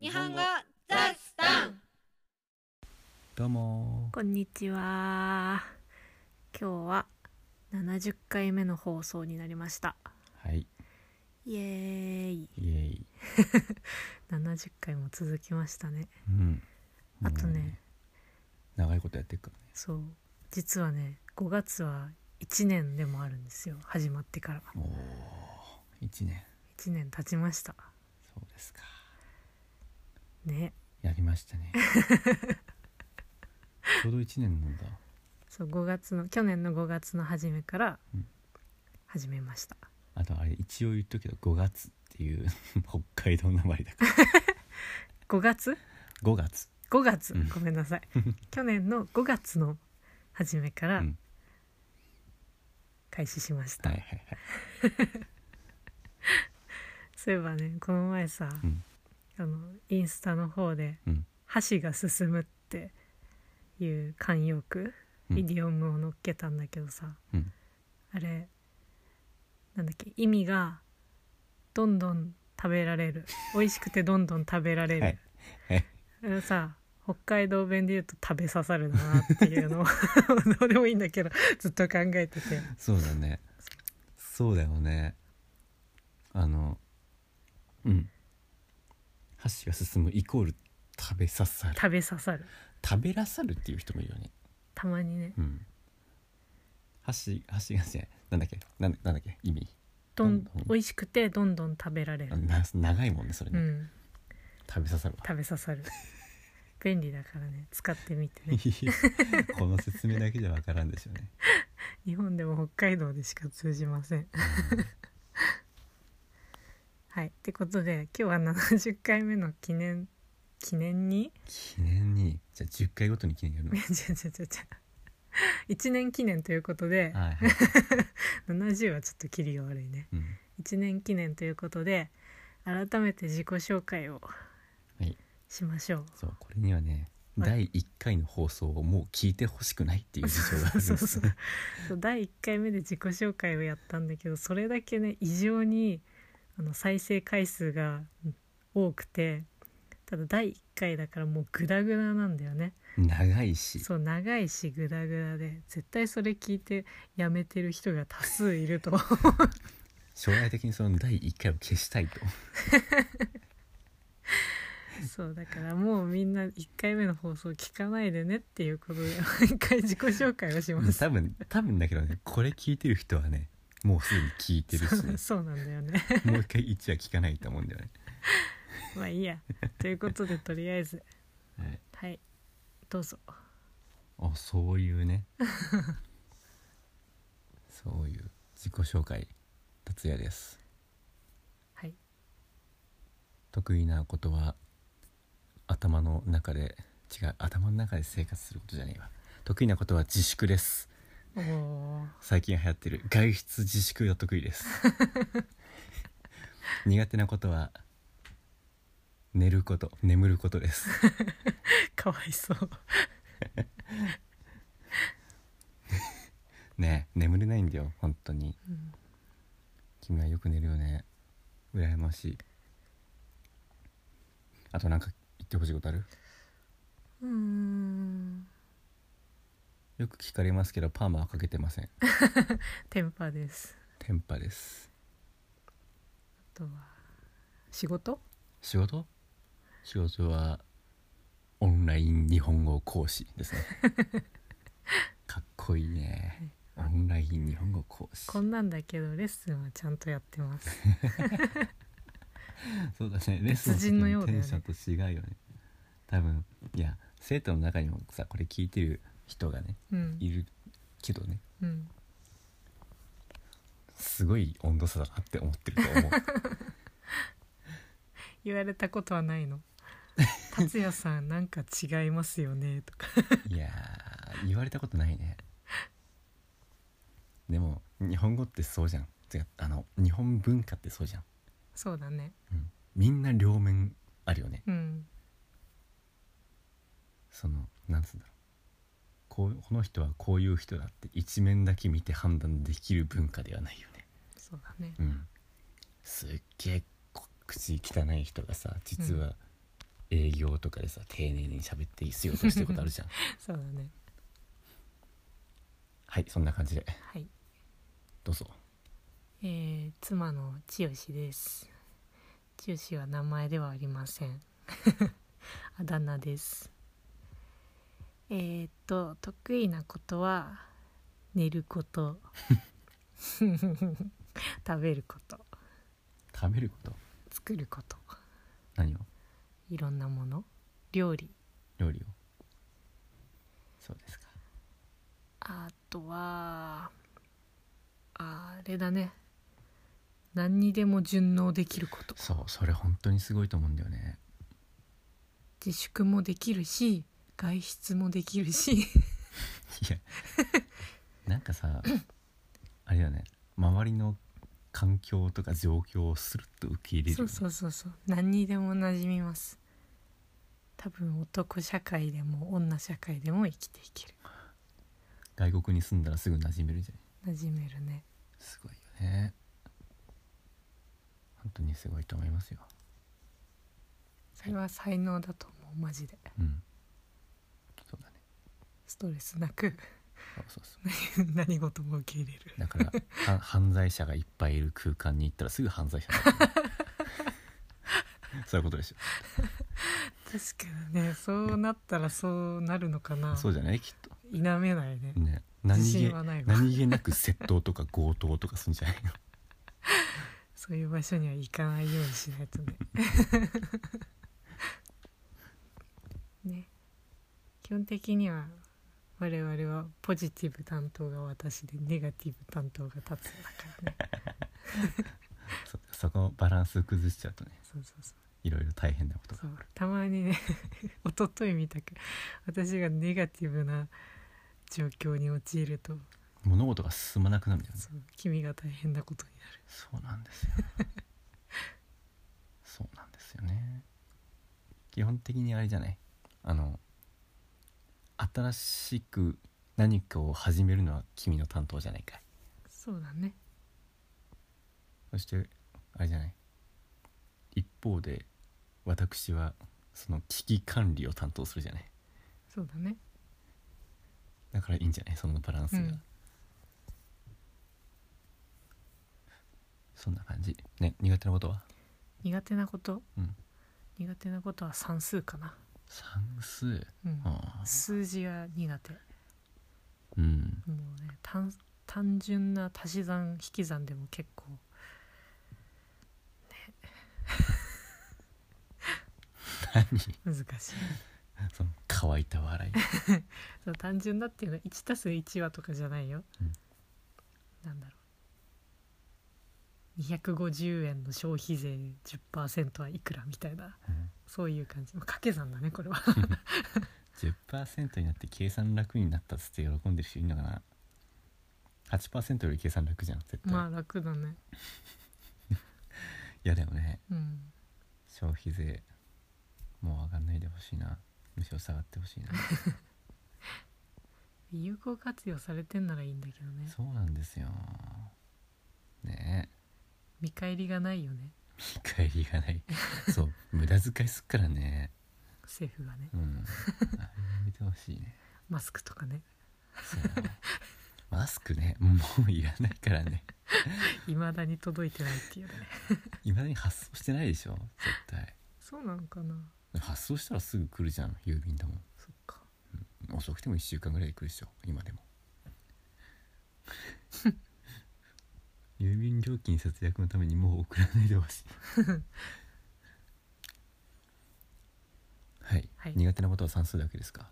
日本語ザスタンどうもこんにちは。今日は70回目の放送になりました。はいイエーイ。イエーイ70回も続きましたね。うんあとねもう長いことやってるからねそう。実はね、5月は1年でもあるんですよ。始まってから。おお1年1年経ちました。そうですかね。やりましたねちょうど1年なんだそう、5月の、去年の5月の初めからうん始めました。あとあれ一応言っとくけど5月っていう 北海道なまりだから5月5月 ?5 月、うんごめんな さい。去年の5月の初めかうらん開始しました。はいはいはいそういえばねこの前さ、うんあのインスタの方でうん「箸が進む」っていう慣用句、うんイディオムを乗っけたんだけどさうんあれなんだっけ意味が「どんどん食べられる」「美味しくてどんどん食べられる」はいはいあのさ北海道弁で言うと「食べ刺さる」だなっていうのを どうでもいいんだけどずっと考えててそうだねそうだよねあのうん箸が進むイコール食べささ「る食べ刺さる食べらさるっていう人もいるよね」たまにねうん箸箸がねなんだっけなんだなんだっけ意味「どんどんどん美味しくてどんどん食べられる」な長いもんねそれうね、ん食べささるわ食べ刺さる便利だからね使ってみてね この説明だけじゃわからんでしょうね日本でも北海道でしか通じませんはいってことで今日は70回目の記念記念に記念にじゃあ10回ごとに記念やるのじゃじゃじゃじゃ1年記念ということではいはい、 70はちょっとキリが悪いねうん、 1年記念ということで改めて自己紹介をはいしましょうそうこれにはね第1回の放送をもう聞いてほしくないっていう事情があるんですそう そうそう第1回目で自己紹介をやったんだけどそれだけね異常にあの再生回数がうん多くてただ第1回だからもうグダグダなんだよね長いしそう長いしグダグダで絶対それ聞いてやめてる人が多数いると将来的にその第1回を消したいとそうだからもうみんな1回目の放送聞かないでねっていうことで毎回自己紹介をします多分多分だけどねこれ聞いてる人はねもうすでに聞いてるしね、 そうなんだよねもう一回1は聞かないと思うんだよね、まあいいやということでとりあえずはいはいどうぞあそういうね そういう自己紹介達也ですはい得意なことは頭の中で違う頭の中で生活することじゃねえわ得意なことは自粛ですおー最近流行ってる外出自粛が得意です 苦手なことは寝ること眠ることですかわいそうねえ眠れないんだよ本当にうん君はよく寝るよね羨ましいあとなんか言ってほしいことあるうーんよく聞かれますけどパーマはかけてませんテンパですテンパですあとは仕事仕事仕事はオンライン日本語講師です ねかっこいいねオンライン日本語講師こんなんだけどレッスンはちゃんとやって ますそうだねレッスン別人のようだよねテンションと違うよね多分いや生徒の中にもさこれ聞いてる人がねうんいるけどねうんすごい温度差だなって思ってると思う 言われたことはない の達也さんなんか違いますよねとかいやー言われたことないねでも日本語ってそうじゃんてかあの日本文化ってそうじゃん、そうだねうんみんな両面あるよねうんそのなんつうんだろうこうこの人はこういう人だって一面だけ見て判断できる文化ではないよねそうだねうんすっげえこ口汚い人がさ実は営業とかでさ丁寧に喋って仕事してることある じゃんそうだねはいそんな感じではいどうぞえー、妻の千代です千代は名前ではありません あだ名ですえー、っと得意なことは寝ること 食べること食べること作ること何をいろんなもの料理料理をそうですかあとはあれだね何にでも順応できることそうそれ本当にすごいと思うんだよね自粛もできるし外出もできるし いやなんかさあれだよね周りの環境とか状況をスルッと受け入れるよそうねそうそうそう何にでも馴染みます多分男社会でも女社会でも生きていける外国に住んだらすぐ馴染めるじゃん馴染めるねすごいよね本当にすごいと思いますよそれは才能だと思うマジでうんそうだねストレスなく そうそうそう何事も受け入れるだ からは犯罪者がいっぱいいる空間に行ったらすぐ犯罪者に なるそういうことでし確かにねそうなったらそうなるのかょなそうじゃないきっ否めないねとね何自気信はないわ何気なく窃盗とか強盗とかするんじゃないのそういう場所には行かないようにしないとね ね基本的には我々はポジティブ担当が私でネガティブ担当が立つだからねそそこのバランス崩しちゃうとね そうそうそいろいろ大変なことうがそうたまにね 一昨日見たけど私がネガティブな状況に陥ると物事が進まなくなるんだよねそう君が大変なことになるそうなんです よそうなんですよね基本的にあれじゃないあの新しく何かを始めるのは君の担当じゃないかいそうだねそしてあれじゃない一方で私はその危機管理を担当するじゃないそうだねだからいいんじゃないそのバランスが、うんそんな感じね苦手なことは苦手なこと、うん苦手なことは算数かな、算数うんああ数字が苦手うんもうね単単純な足し算引き算でも結構何難しいその乾いた笑いそう単純だっていうのは 1+1 はとかじゃないよ、うんなんだろう250円の消費税10%はいくらみたいなそういう感じまあ掛け算だねこれは10%になって計算楽になったっつって喜んでる人いるのかな8%より計算楽じゃん絶対、まあ楽だねいやでもねうん消費税もう上がんないでほしいなむしろ下がってほしいな有効活用されてんならいいんだけどねそうなんですよねえ見返りがないよね見返りがないそう無駄遣いすっからね政府がねうんあれやめてほしいねマスクとかねそうマスクねもういらないからねいまだに届いてないっていうねいまだに発送してないでしょ絶対そうなんかな発送したらすぐ来るじゃん郵便だもそっかん遅くても1週間ぐらいで来るでしょ今でも郵便料金節約のためにもう送らないでほ しいはい、はい苦手なことは算数だけですか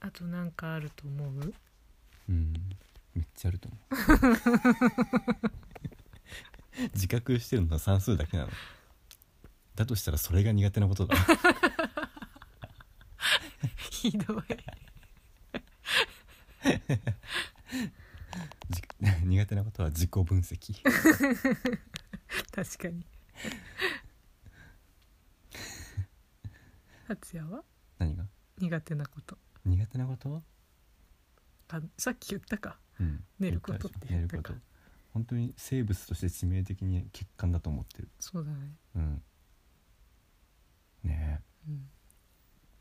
あとなんかあると思ううんめっちゃあると思う自覚してるのは算数だけなのだとしたらそれが苦手なことだ ひどいじ苦手なことは自己分析確かに達也は何が苦手なこと苦手なことあさっき言ったかうん寝ることって寝言っるたこかと本当に生物として致命的に欠陥だと思ってるそうだねうんね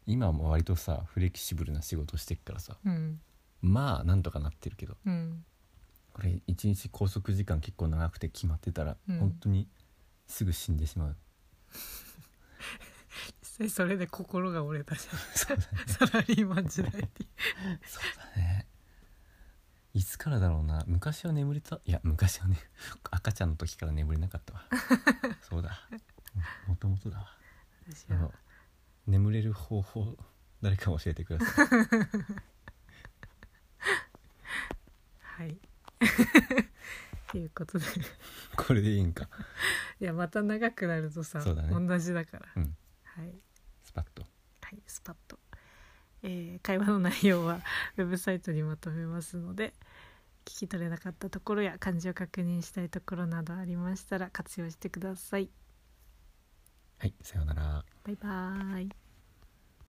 今はもう割とさフレキシブルな仕事してっからさうんまあなんとかなってるけどうんこれ一日拘束時間結構長くて決まってたら、うん本当にすぐ死んでしまう実際それで心が折れたじゃん、サラリーマン時代にそうだねいつからだろうな昔は眠れたいや昔はね 赤ちゃんの時から眠れなかった わそうだももともとだわ私あのは眠れる方法誰か教えてくださいはい ということでこれでいいんかいやまた長くなるとさ、そうだね同じだから、うんはいスパッとはい、スパッと、えー会話の内容は ウェブサイトにまとめますので聞き取れなかったところや漢字を確認したいところなどありましたら活用してくださいはいさようならバイバーイ